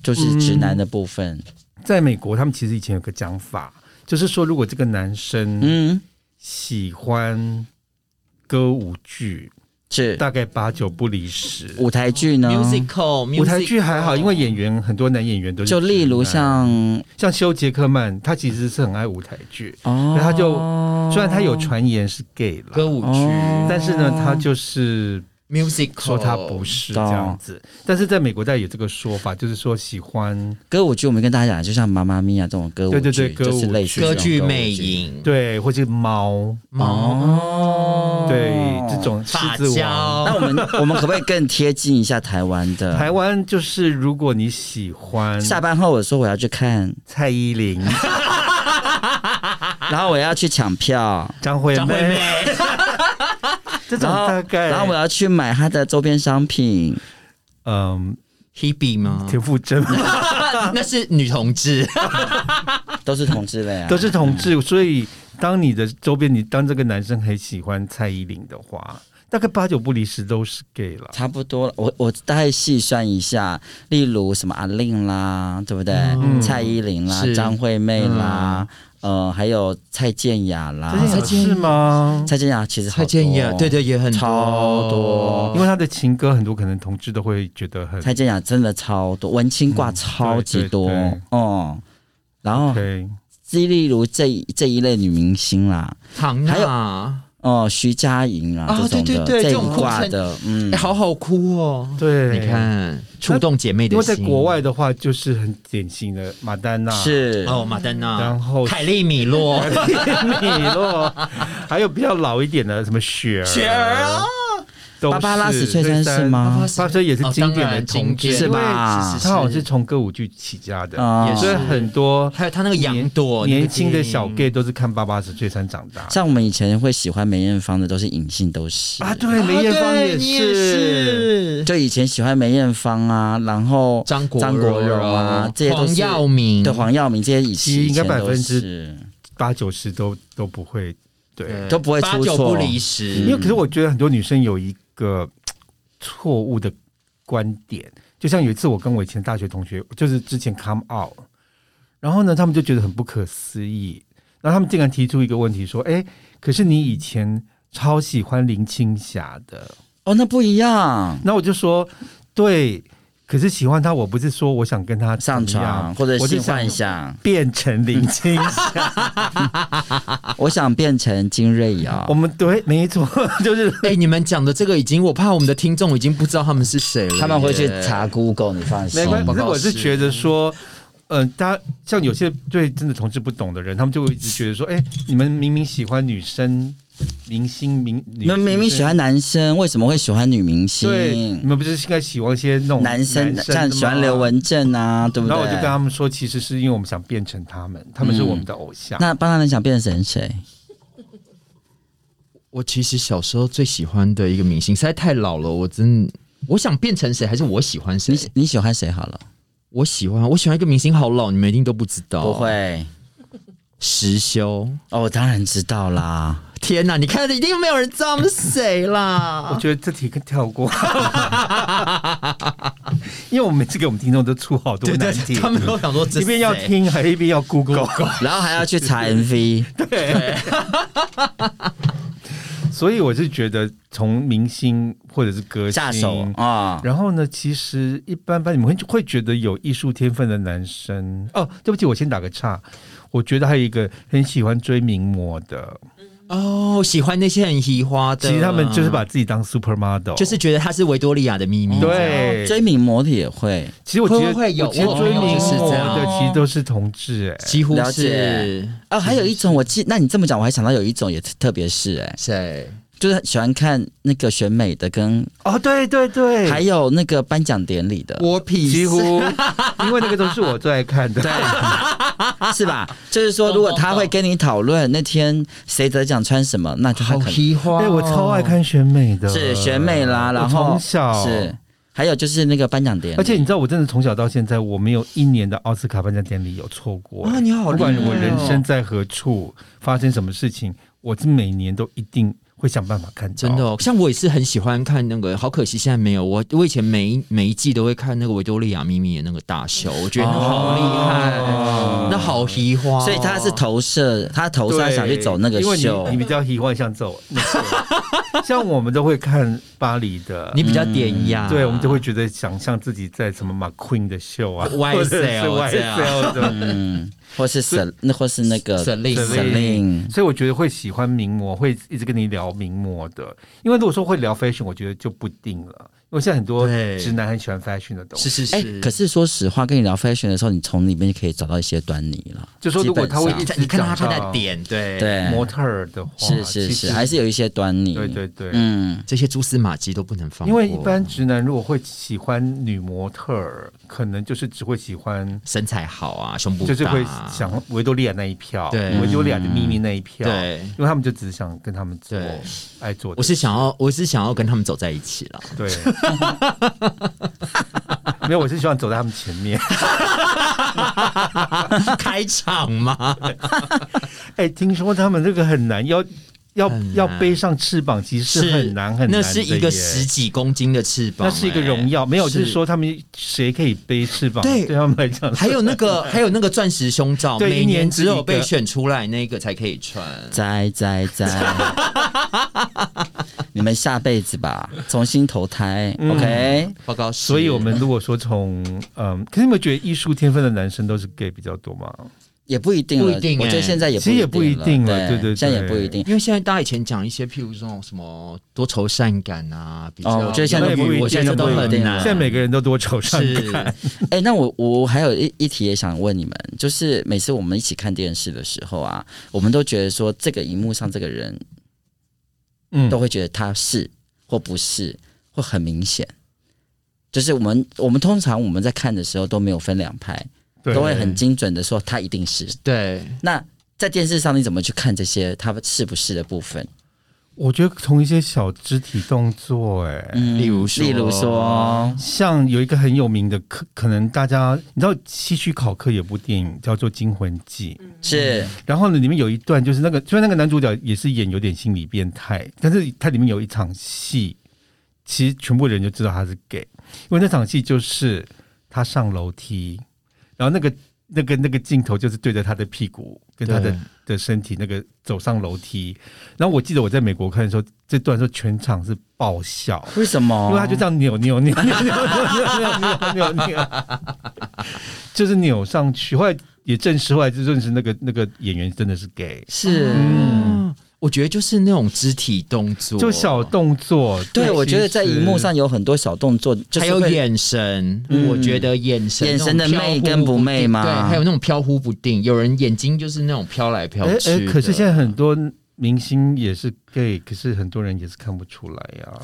Speaker 3: 就是直男的部分，
Speaker 1: 在美国，他们其实以前有个讲法，就是说如果这个男生
Speaker 3: 嗯，
Speaker 1: 喜欢歌舞剧，
Speaker 3: 是
Speaker 1: 大概八九不离十。
Speaker 3: 舞台剧呢
Speaker 2: musical
Speaker 1: 舞台剧啊还好，因为
Speaker 2: musical
Speaker 1: 演员很多男演员都是
Speaker 3: 哦就例如
Speaker 1: 直男
Speaker 3: 像
Speaker 1: 像修杰克曼，他其实是很爱舞台剧，
Speaker 3: 哦，
Speaker 1: 他就虽然他有传言是 gay 了，
Speaker 2: 歌舞剧
Speaker 3: 哦
Speaker 1: 但是呢，他就是
Speaker 2: musical
Speaker 1: 说他不是这样
Speaker 3: 哦
Speaker 1: 子。但是在美国，大家有这个说法，就是说喜欢
Speaker 3: 歌舞剧，我们跟大家讲，就像《妈妈咪呀》啊这种歌舞剧，
Speaker 1: 对对对歌舞剧
Speaker 3: 就是类似这
Speaker 2: 歌
Speaker 3: 种
Speaker 2: 剧
Speaker 3: 歌舞
Speaker 2: 魅影
Speaker 1: 对，或是猫，
Speaker 2: 哦，
Speaker 1: 对这种狮
Speaker 2: 发
Speaker 1: 子王。
Speaker 3: 那
Speaker 2: 胶
Speaker 3: 我们 我们可不可以更贴近一下台湾的？
Speaker 1: 台湾就是，如果你喜欢
Speaker 3: 下班后我说我要去看，
Speaker 1: 蔡依林、
Speaker 3: 然后我要去抢票，
Speaker 1: 张惠
Speaker 2: 张惠
Speaker 1: 妹
Speaker 2: 妹，
Speaker 1: 这种
Speaker 3: 然后
Speaker 1: 大概，
Speaker 3: 然后我要去买他的周边商品，
Speaker 1: 嗯，
Speaker 2: Hebe 吗？
Speaker 1: 田馥 甄
Speaker 2: 那是女同志，
Speaker 3: 都是同志类啊
Speaker 1: 都。是同志，所以当你的周边，你当这个男生很喜欢蔡依林的话，大概八九不离十都是 gay 了。
Speaker 3: 差不多了，我我大概细算一下，例如什么阿令啦，对不对？
Speaker 2: 嗯
Speaker 3: 蔡依林啦
Speaker 2: 是，
Speaker 3: 张惠妹啦，呃，还有蔡健雅啦，
Speaker 1: 这
Speaker 2: 蔡
Speaker 1: 件
Speaker 2: 健
Speaker 1: 是吗？
Speaker 3: 蔡健雅其实好
Speaker 2: 蔡健雅
Speaker 3: 多
Speaker 2: 对，对也很
Speaker 3: 超多
Speaker 1: 因为他的情歌很多，可能同志都会觉得很
Speaker 3: 蔡健雅真的超多，文青挂超级多
Speaker 1: 对对对
Speaker 3: 哦、然后，
Speaker 1: 对，
Speaker 3: 例如这一这一类女明星啦，
Speaker 2: 唐
Speaker 3: 还有
Speaker 2: 娜，哎
Speaker 3: 哦、徐佳莹啊、
Speaker 2: 啊
Speaker 3: 这种
Speaker 2: 对对
Speaker 3: 的，
Speaker 2: 对
Speaker 3: 这
Speaker 2: 这种
Speaker 3: 一挂
Speaker 2: 酷炫
Speaker 3: 的，嗯，
Speaker 2: 哎，好好哭哦。
Speaker 1: 对，
Speaker 2: 你。看，触动姐妹的
Speaker 1: 因为在
Speaker 2: 心。
Speaker 1: 国外的话，就是很典型的马丹娜、
Speaker 3: 是
Speaker 2: 哦，马丹娜，
Speaker 1: 然后
Speaker 2: 凯莉 米洛，
Speaker 1: 米洛，还有比较老一点的什么雪儿、
Speaker 2: 雪儿啊，
Speaker 1: 都是
Speaker 3: 芭芭拉史翠珊是？
Speaker 2: 芭芭
Speaker 3: 吗
Speaker 2: 拉？
Speaker 1: 芭芭啊也是经典
Speaker 2: 哦当
Speaker 1: 的
Speaker 2: 然哦
Speaker 1: 同
Speaker 2: 经
Speaker 1: 志，
Speaker 2: 典
Speaker 3: 是吧
Speaker 1: 因为他好像是从歌舞剧起家的，
Speaker 3: 啊
Speaker 2: 也是
Speaker 1: 所以很多
Speaker 2: 还有他那个哦羊朵，
Speaker 1: 年轻的小
Speaker 2: 那个
Speaker 1: gay 都是看芭芭史翠珊长大
Speaker 3: 像我们以前会喜欢梅艳芳的，都是隐性，都是
Speaker 1: 啊。对，梅艳芳
Speaker 2: 啊
Speaker 3: 哦
Speaker 2: 对你也
Speaker 1: 是。
Speaker 2: 是
Speaker 3: 就以前喜欢梅艳芳啊，然后
Speaker 2: 张国
Speaker 3: 张国荣啊，这些都
Speaker 2: 黄
Speaker 3: 是
Speaker 2: 耀明，
Speaker 3: 对黄耀明这些以
Speaker 1: 其实
Speaker 3: 前
Speaker 1: 应该
Speaker 3: 以前都
Speaker 1: 百分之
Speaker 3: 是
Speaker 1: 八九十都都不会对，
Speaker 2: 对
Speaker 3: 都不会
Speaker 2: 八
Speaker 3: 出
Speaker 2: 九
Speaker 3: 错
Speaker 2: 不离
Speaker 3: 嗯
Speaker 1: 因为
Speaker 2: 十。
Speaker 1: 可是我觉得很多女生有一个错误的观点，就像有一次我跟我以前大学同学，就是之前 come out，然后呢，他们就觉得很不可思议，然后他们竟然提出一个问题说：“哎，可是你以前超喜欢林青霞的。”
Speaker 3: 哦，那不一样，
Speaker 1: 那我就说，对，可是喜欢他，我不是说我想跟他怎么
Speaker 3: 上
Speaker 1: 样
Speaker 3: 床或者
Speaker 1: 我就是
Speaker 3: 换
Speaker 1: 想
Speaker 3: 一下，
Speaker 1: 变成林青霞。
Speaker 3: 我想变成金瑞瑶
Speaker 1: 我，们对，没错， 就是
Speaker 2: 哎，你们讲的这个已经，我怕我们的听众已经不知道他们是谁了耶。
Speaker 3: 他们会去查 Google，你放心
Speaker 1: 没。关系。
Speaker 2: 报
Speaker 1: 可是
Speaker 2: 告
Speaker 1: 我是
Speaker 2: 是
Speaker 1: 觉得说。嗯、大家像有些对真的同志不懂的人，他们就会一直觉得说：“哎、你们明明喜欢女生明星，明
Speaker 3: 你
Speaker 1: 你
Speaker 3: 们明明喜欢男生，为什么会喜欢女明
Speaker 1: 对，你
Speaker 3: 星？
Speaker 1: 们不是应该喜欢一些那种
Speaker 3: 男生
Speaker 1: 的
Speaker 3: 像喜欢
Speaker 1: 吗
Speaker 3: 刘文正啊，对不
Speaker 1: 然
Speaker 3: 对
Speaker 1: 后我就？跟他们说，其实是因为我们想变成他们，他们是我们的偶像。
Speaker 3: 那帮他们想变成谁？
Speaker 2: 我其实小时候最喜欢的一个明星，实在太老了，我真我想变成谁，还是我喜欢谁
Speaker 3: 你？喜你喜欢谁好了？
Speaker 2: 我喜欢我喜欢一个明星，好老，你们一定都不知
Speaker 1: 哦
Speaker 2: 道。
Speaker 3: 不，会
Speaker 2: 石修，
Speaker 3: 哦，我当然知道啦。
Speaker 2: 天哪！你看，一定没有人知道我们是谁
Speaker 1: 我
Speaker 2: 啦。
Speaker 1: 觉得这题可以跳过， 因为我们每次给我们听众都出好多
Speaker 2: 对
Speaker 1: 难
Speaker 2: 对
Speaker 1: 题
Speaker 2: 对，，他们都想说这
Speaker 1: 一边要
Speaker 2: 谁
Speaker 1: 听还一边要 Google，
Speaker 3: 然后还要去查 MV，
Speaker 1: 所以我是觉得从明星或者是歌星
Speaker 3: 下手啊、
Speaker 1: 然后呢，其实一般般，你们会会觉得有艺术天分的男生哦，对不起，我先打个岔，我觉得还有一个很喜欢追名模的，
Speaker 2: 哦，喜欢那些很移花的，
Speaker 1: 其实他们就是把自己当 supermodel，
Speaker 2: 就是觉得他是维多利亚的秘密。
Speaker 1: 对。
Speaker 3: 追名模的也会，
Speaker 1: 其实我觉得
Speaker 2: 会会有
Speaker 1: 我觉得
Speaker 2: 我
Speaker 1: 追名
Speaker 2: 朋友就是
Speaker 1: 模
Speaker 2: 这样
Speaker 1: 的其实都是同志哎、
Speaker 2: 几乎
Speaker 3: 了
Speaker 2: 是
Speaker 3: 解哦，还有一种我记，那你这么讲，我还想到有一种也特特别是哎、
Speaker 2: 谁？
Speaker 3: 就是喜欢看那个选美的跟，
Speaker 1: 哦，对对对，
Speaker 3: 还有那个颁奖典礼的，
Speaker 2: 我脾
Speaker 1: 几乎， 因为那个都是我最爱看 的。
Speaker 3: 是吧？就是说，如果他会跟你讨论那天谁得奖穿什么，那就他
Speaker 2: 好
Speaker 3: 可能
Speaker 2: 移花、
Speaker 1: 对，哎我超爱。看选美的，
Speaker 3: 是选美啦，然后
Speaker 1: 啊我从小
Speaker 3: 是。还有就是那个颁奖典礼，
Speaker 1: 而且你知道，我真的从小到现在，我没有一年的奥斯卡颁奖典礼有错过。
Speaker 2: 啊，你好
Speaker 1: 不
Speaker 2: 厉害
Speaker 1: 管
Speaker 2: 哦、
Speaker 1: 我人生在何处，发生什么事情，我是每年都一定会想办法看到。
Speaker 2: 真的、哦，像我也是很喜欢看那个，好可惜现在没有。我我以前每一每一季都会看那个维多利亚秘密的那个 大秀，我觉得那好厉害，那好移花哦、
Speaker 3: 所以他是投射，他投
Speaker 1: 对，
Speaker 3: 射他想去走那个
Speaker 1: 啊因为
Speaker 3: 秀
Speaker 1: 你，你比较喜欢像走，那个像我们都会看巴黎的，
Speaker 2: 你比较典雅，
Speaker 1: 嗯对，我们就会觉得想象自己在什么马 Queen 的秀啊
Speaker 2: YSL
Speaker 1: 或者是
Speaker 2: 这样
Speaker 1: YSL 的
Speaker 3: 嗯，或是沈，那或是那个
Speaker 2: 沈令
Speaker 1: 沈
Speaker 3: 令，
Speaker 1: 所以我觉得会喜欢名模，会一直跟你聊名模的。因为如果说会聊 fashion，我觉得就不定了。因为现在很多
Speaker 2: 对
Speaker 1: 直男很喜欢 fashion 的东
Speaker 2: 是
Speaker 1: 西，
Speaker 2: 是是。
Speaker 3: 哎、可是说实话，跟你聊 fashion 的时候，你从里面就可以找到一些端倪了。
Speaker 1: 就说如果他会一
Speaker 3: 基
Speaker 1: 直
Speaker 2: 你看到他
Speaker 1: 讲
Speaker 2: 在
Speaker 1: 到
Speaker 2: 点，对
Speaker 3: 对，
Speaker 1: 模特儿的话，
Speaker 3: 是
Speaker 1: 啊其
Speaker 3: 是
Speaker 1: 实
Speaker 3: 是，还是有一些端倪。
Speaker 1: 对对对。
Speaker 3: 嗯，
Speaker 2: 这些蛛丝马迹都不能放
Speaker 1: 因
Speaker 2: 过，
Speaker 1: 为一般直男如果会喜欢女模特儿，可能就是只会喜欢，
Speaker 2: 身材好啊，胸部大
Speaker 1: 就是会想维多利亚那一票，
Speaker 2: 对嗯
Speaker 1: 维多利亚的秘密那一票，
Speaker 2: 对
Speaker 1: 因为他们就只是想跟他们做
Speaker 2: 对
Speaker 1: 爱做的。
Speaker 2: 我是想要，我是想要跟他们走在一起 了。
Speaker 1: 对，没有，我是希望走在他们前面。
Speaker 2: 开场嘛，
Speaker 1: 哎、听说他们这个很难，要要
Speaker 2: 很难
Speaker 1: 要背上翅膀，其实是很难很难的
Speaker 2: 那
Speaker 1: 耶。
Speaker 2: 是一个十几公斤的翅膀、
Speaker 1: 那是一个
Speaker 2: 哎
Speaker 1: 荣耀，没有，就是
Speaker 2: 是
Speaker 1: 说他们谁可以背翅膀，
Speaker 2: 对
Speaker 1: 对他们来讲，
Speaker 2: 还有那 个，还有那个钻石胸罩，
Speaker 1: 对
Speaker 2: 每
Speaker 1: 一年
Speaker 2: 只有
Speaker 1: 一
Speaker 2: 被
Speaker 1: 个
Speaker 2: 选出来那个才可以穿。
Speaker 3: 栽栽 栽！你们下辈子吧，重新投胎、
Speaker 1: 嗯
Speaker 3: o k
Speaker 2: 报告是，
Speaker 1: 所以我们如果说从嗯，可是你有没有觉得艺术天分的男生都是 gay 比较多嘛？
Speaker 3: 也不一定了，
Speaker 2: 不一定
Speaker 3: 我觉得
Speaker 2: 欸
Speaker 3: 现在也
Speaker 1: 哎其实也不一定了
Speaker 3: 了，
Speaker 1: 对对对
Speaker 3: 现在也不一定。
Speaker 2: 因为现在大家以前讲一些，譬如这种什么多愁善感啊，比较
Speaker 3: 哦我觉得现在
Speaker 1: 那
Speaker 3: 都
Speaker 1: 也
Speaker 3: 不
Speaker 1: 不一定
Speaker 3: 我现在都
Speaker 1: 那不一
Speaker 3: 很
Speaker 1: 定
Speaker 3: 难
Speaker 1: 现在每个人都多愁善感，
Speaker 2: 是
Speaker 3: 哎、那我我还有一一题也想问你们，就是每次我们一起看电视的时候啊，我们都觉得说这个荧幕上这个人
Speaker 1: 嗯
Speaker 3: 都会觉得他是或不是，或很明显。就是我们我们通常我们在看的时候都没有分两派，
Speaker 1: 对
Speaker 3: 都会很精准的说他一定是。
Speaker 2: 对，
Speaker 3: 那在电视上你怎么去看这些他是不是的部分？
Speaker 1: 我觉得从一些小肢体动作、哎、
Speaker 3: 嗯
Speaker 2: 例如说
Speaker 3: 例如说，
Speaker 1: 像有一个很有名的，可可能大家你知道希区考克有部电影叫做《惊魂记》，
Speaker 3: 嗯是
Speaker 1: 然后呢，里面有一段就是那个，虽然那个男主角也是演有点心理变态，但是他里面有一场戏，其实全部人就知道他是 gay，因为那场戏就是他上楼梯，然后那个那个那个镜头就是对着他的屁股跟他的
Speaker 2: 对
Speaker 1: 的身体那个走上楼梯，然后我记得我在美国看的时候，这段的时候全场是爆笑。
Speaker 3: 为什么？
Speaker 1: 因为他就这样扭扭扭扭扭扭扭扭扭，就是扭上去。后来也证实，后来就证实那个那个演员真的是 gay，
Speaker 3: 是。
Speaker 2: 嗯，我觉得就是那种肢体动作，
Speaker 1: 就小动作。
Speaker 3: 对，我觉得在荧幕上
Speaker 1: 其实
Speaker 3: 有很多小动作，就是
Speaker 2: 还有
Speaker 3: 会
Speaker 2: 眼神，
Speaker 1: 嗯
Speaker 2: 我觉得眼神
Speaker 3: 眼神的
Speaker 2: 那种
Speaker 3: 媚
Speaker 2: 飘忽
Speaker 3: 跟不媚嘛
Speaker 2: 对，还有那种飘忽不定，有人眼睛就是那种飘来飘
Speaker 1: 哎
Speaker 2: 去
Speaker 1: 哎，
Speaker 2: 的。
Speaker 1: 可是现在很多明星也是 gay，可是很多人也是看不出来啊呀、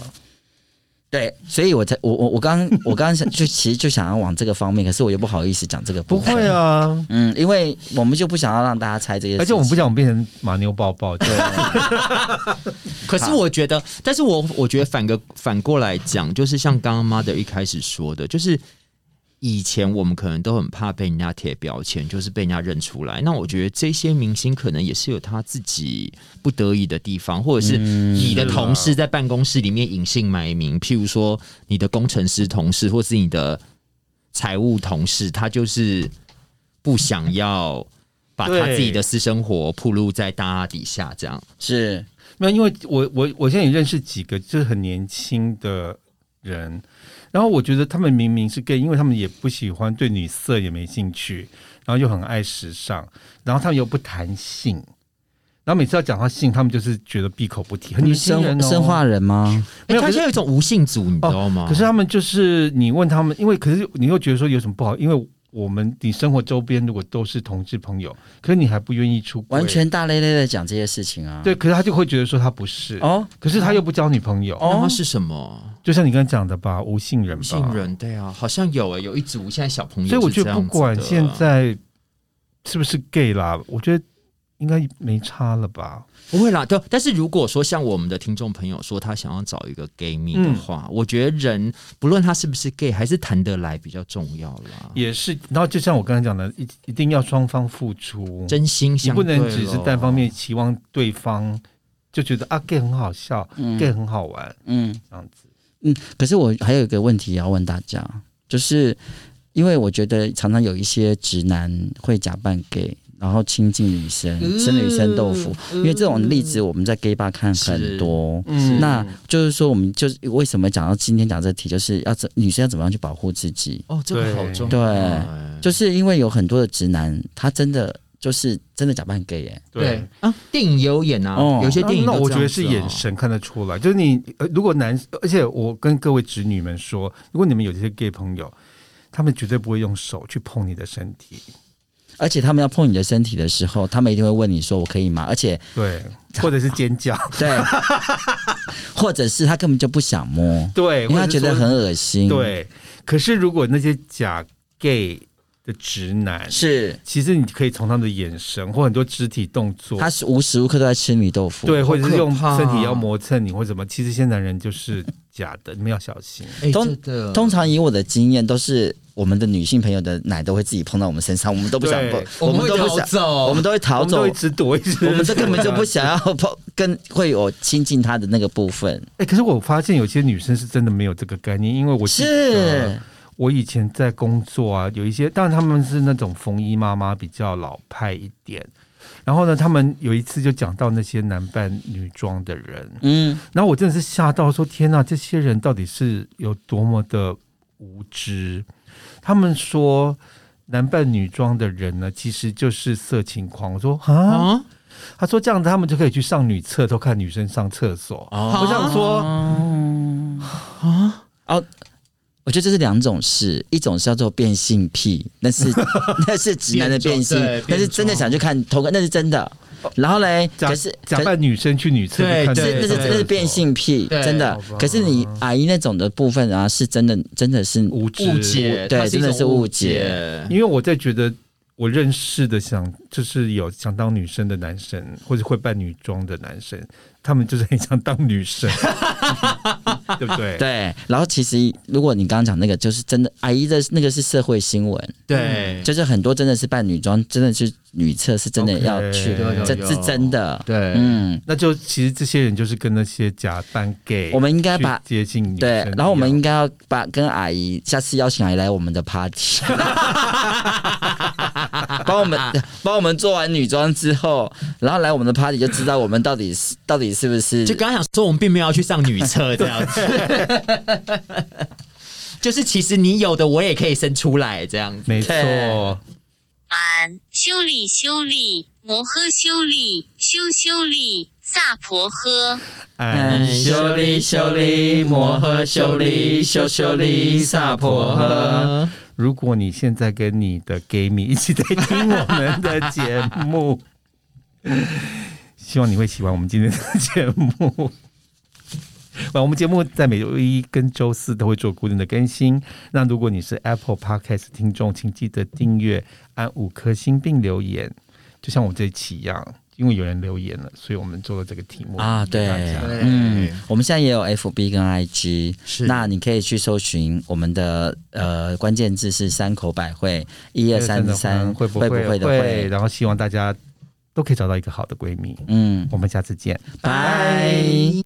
Speaker 3: 对，所以我才我我我刚我刚刚想就其实就想要往这个方面，可是我又不好意思讲这个
Speaker 1: 不
Speaker 3: 部分
Speaker 1: 会，啊，
Speaker 3: 嗯，因为我们就不想要让大家猜这些事情，
Speaker 1: 而且我们不想我们变成马牛宝宝，对，
Speaker 2: 可是我觉得，但是我我觉得反个反过来讲，就是像刚刚 mother 一开始说的，就是以前我们可能都很怕被人家贴标签，就是被人家认出来。那我觉得这些明星可能也是有他自己不得已的地方，或者是你的
Speaker 1: 是啊
Speaker 2: 同事在办公室里面隐姓埋名，譬如说你的工程师同事，或是你的财务同事，他就是不想要。把他
Speaker 1: 对
Speaker 2: 自己的私生活暴露在大家底下，这样
Speaker 3: 是
Speaker 1: 没有，因为我我我现在也认识几个就是很年轻的人，然后我觉得他们明明是 gay，因为他们也不喜欢对女色也没兴趣，然后又很爱时尚，然后他们又不谈性，然后每次要讲到性，他们就是觉得闭口不提，很年轻人
Speaker 3: 生
Speaker 1: 哦。
Speaker 3: 生化人吗？
Speaker 1: 没
Speaker 2: 哎，
Speaker 1: 有
Speaker 2: 他
Speaker 1: 可是哦
Speaker 2: 现在有一种无性族，你知道吗？
Speaker 1: 可是他们就是你问他们，因为可是你又觉得说有什么不好，因为我们你生活周边如果都是同志朋友，可是你还不愿意出轨，
Speaker 3: 完全大咧咧的讲这些事情啊，
Speaker 1: 对，可是他就会觉得说他不是，
Speaker 3: 哦，
Speaker 1: 可是他又不交女朋友，
Speaker 2: 那它是什么？
Speaker 1: 就像你刚才讲的吧，无性人吧，
Speaker 2: 无性人对啊，好像有诶、有一组现在小朋
Speaker 1: 哦
Speaker 2: 友，
Speaker 1: 所以我觉得不管现，在是不是 gay 啦，我觉得应该没差了吧。
Speaker 2: 不会啦，对。但是如果说像我们的听众朋友说他想要找一个 gay 蜜的话，
Speaker 1: 嗯
Speaker 2: 我觉得人不论他是不是 gay，还是谈得来比较重要啦。
Speaker 1: 也是，然后就像我刚才讲的，一一定要双方付出，
Speaker 2: 真心
Speaker 1: 你
Speaker 2: 相
Speaker 1: 不
Speaker 2: 对咯，
Speaker 1: 能只是单方面期望对方就觉得啊 gay 很好笑、
Speaker 3: 嗯
Speaker 1: g a y 很好玩
Speaker 3: 嗯
Speaker 1: 这样子。
Speaker 3: 嗯，可是我还有一个问题要问大家，就是因为我觉得常常有一些直男会假扮 gay，然后亲近女生，
Speaker 2: 嗯
Speaker 3: 吃女生豆腐，因为这种例子我们在 gay 吧看很多。
Speaker 1: 嗯
Speaker 3: 那就是说，我们就是为什么讲到今天讲这题，就是要怎女生要怎么样去保护自己？
Speaker 2: 哦，这个
Speaker 1: 对
Speaker 2: 好重要
Speaker 3: 对
Speaker 2: 欸。
Speaker 3: 就是因为有很多的直男，他真的就是真的假扮 gay 耶、
Speaker 1: 对。
Speaker 2: 啊，电影也有演啊，
Speaker 3: 哦
Speaker 2: 有些电影
Speaker 1: 那
Speaker 2: 都
Speaker 1: 那我觉
Speaker 2: 这
Speaker 1: 得
Speaker 2: 样子
Speaker 1: 是
Speaker 2: 哦
Speaker 1: 眼神看得出来，就是你、呃、如果男，而且我跟各位直女们说，如果你们有这些 gay 朋友，他们绝对不会用手去碰你的身体，
Speaker 3: 而且他们要碰你的身体的时候，他们一定会问你说：“我可以吗？”而且
Speaker 1: 对， 或者是尖叫，
Speaker 3: 对，或者是他根本就不想 摸，
Speaker 1: 对，
Speaker 3: 因为他觉得
Speaker 1: 或者是说
Speaker 3: 很恶心。，
Speaker 1: 对。可是如果那些假 gay 的直男，
Speaker 3: 是，
Speaker 1: 其实你可以从他们的眼神或很多肢体动作，
Speaker 3: 他是无时无刻都在吃米豆腐。
Speaker 1: 对，或者是用
Speaker 2: 好
Speaker 3: 啊
Speaker 2: 可怕
Speaker 1: 身体要磨蹭你或什么，其实现在人就是假的，你们要小心。
Speaker 2: 哎
Speaker 3: 通
Speaker 2: 真的
Speaker 3: 通常以我的经验，都是我们的女性朋友的奶都会自己碰到我们身上，我们都不想
Speaker 1: 对
Speaker 3: 碰，
Speaker 2: 我们
Speaker 3: 们都
Speaker 2: 会
Speaker 3: 不
Speaker 2: 逃
Speaker 3: 想，
Speaker 2: 走，
Speaker 3: 我们都会逃
Speaker 1: 我们都
Speaker 3: 走
Speaker 1: 一，直躲，一直
Speaker 3: 我们这根本就不想要碰，跟会有亲近他的那个部分。
Speaker 1: 哎、可是我发现有些女生是真的没有这个概念，因为我记得
Speaker 3: 是，
Speaker 1: 我以前在工作啊，有一些，当然他们是那种缝衣妈妈比较老派一点。然后呢，他们有一次就讲到那些男扮女装的人，
Speaker 3: 嗯，
Speaker 1: 然后我真的是吓到说：“天呐，这些人到底是有多么的无知？”他们说，男扮女装的人呢，其实就是色情狂。我说啊，
Speaker 2: 啊，
Speaker 1: 他说这样子他们就可以去上女厕，偷看女生上厕所。
Speaker 2: 啊
Speaker 1: 我想说，
Speaker 3: 我觉得这是两种事，一种是叫做变性癖，那是那是直男的变性
Speaker 2: 变装对，
Speaker 3: 那是真的想去看偷看，那是真的。然后嘞，
Speaker 1: 假
Speaker 3: 可是
Speaker 1: 假
Speaker 3: 可是
Speaker 1: 扮女生去女厕
Speaker 2: 对
Speaker 1: 去看
Speaker 2: 对
Speaker 1: 女
Speaker 3: 那
Speaker 1: 生
Speaker 3: 是
Speaker 1: 上
Speaker 2: 对
Speaker 1: 厕
Speaker 3: 那
Speaker 1: 所
Speaker 3: 是变性癖，
Speaker 2: 对
Speaker 3: 真的
Speaker 1: 好吧。
Speaker 3: 可是你阿姨那种的部分啊，是真的，真的是
Speaker 1: 无知
Speaker 2: 误解，
Speaker 3: 对
Speaker 2: 它一
Speaker 3: 真的
Speaker 2: 种
Speaker 3: 是
Speaker 2: 误
Speaker 3: 误解
Speaker 2: 解，
Speaker 1: 因为我在觉得我认识的想就是有想当女生的男生，或者会扮女装的男生，他们就是很想当女生， 对不对？
Speaker 3: 对。然后其实如果你刚刚讲那个，就是真的阿姨的那个是社会新闻，
Speaker 2: 对，
Speaker 3: 就是很多真的是扮女装，真的是女厕是真的
Speaker 1: OK
Speaker 3: 要去
Speaker 1: 有有有
Speaker 3: 这是真的。
Speaker 2: 对，
Speaker 3: 嗯，
Speaker 1: 那就其实这些人就是跟那些假扮 gay，
Speaker 3: 我们应该
Speaker 1: 去
Speaker 3: 把
Speaker 1: 接近女生
Speaker 3: 对
Speaker 1: 一样，
Speaker 3: 然后我们应该要把跟阿姨下次邀请阿姨来我们的 party，帮我们帮我们做完女装之后，然后来我们的 party 就知道我们到底是到底是不是
Speaker 2: 就刚刚想说，我们并没有要去上女 厕这样子，就是其实你有的我也可以生出来这样子。
Speaker 1: 没错
Speaker 3: 对。
Speaker 4: 俺修理修理摩诃修理修修理萨婆诃。
Speaker 3: 嗯
Speaker 1: 哎，
Speaker 3: 修理修理摩诃修理修修理萨婆诃。
Speaker 1: 如果你现在跟你的 gay 迷一起在听我们的节目， 希望你会喜欢我们今天的节目。 啊，我们节目在每周一跟周四都会做固定的更新。那如果你是 Apple Podcast 听众，请记得订阅、按五颗星并留言，就像我这一期一样，因为有人留言了，所以我们做了这个题目
Speaker 3: 啊
Speaker 1: 给大
Speaker 3: 对
Speaker 1: 家
Speaker 2: 对
Speaker 3: 嗯，我们现在也有 FB 跟 IG，
Speaker 2: 是
Speaker 3: 那你可以去搜寻我们的呃关键字是山口百惠，一二三三
Speaker 1: 会不
Speaker 3: 会
Speaker 1: 会
Speaker 3: 不会的会，
Speaker 1: 然后希望大家都可以找到一个好的闺蜜。
Speaker 3: 嗯，
Speaker 1: 我们下次见。
Speaker 3: 拜。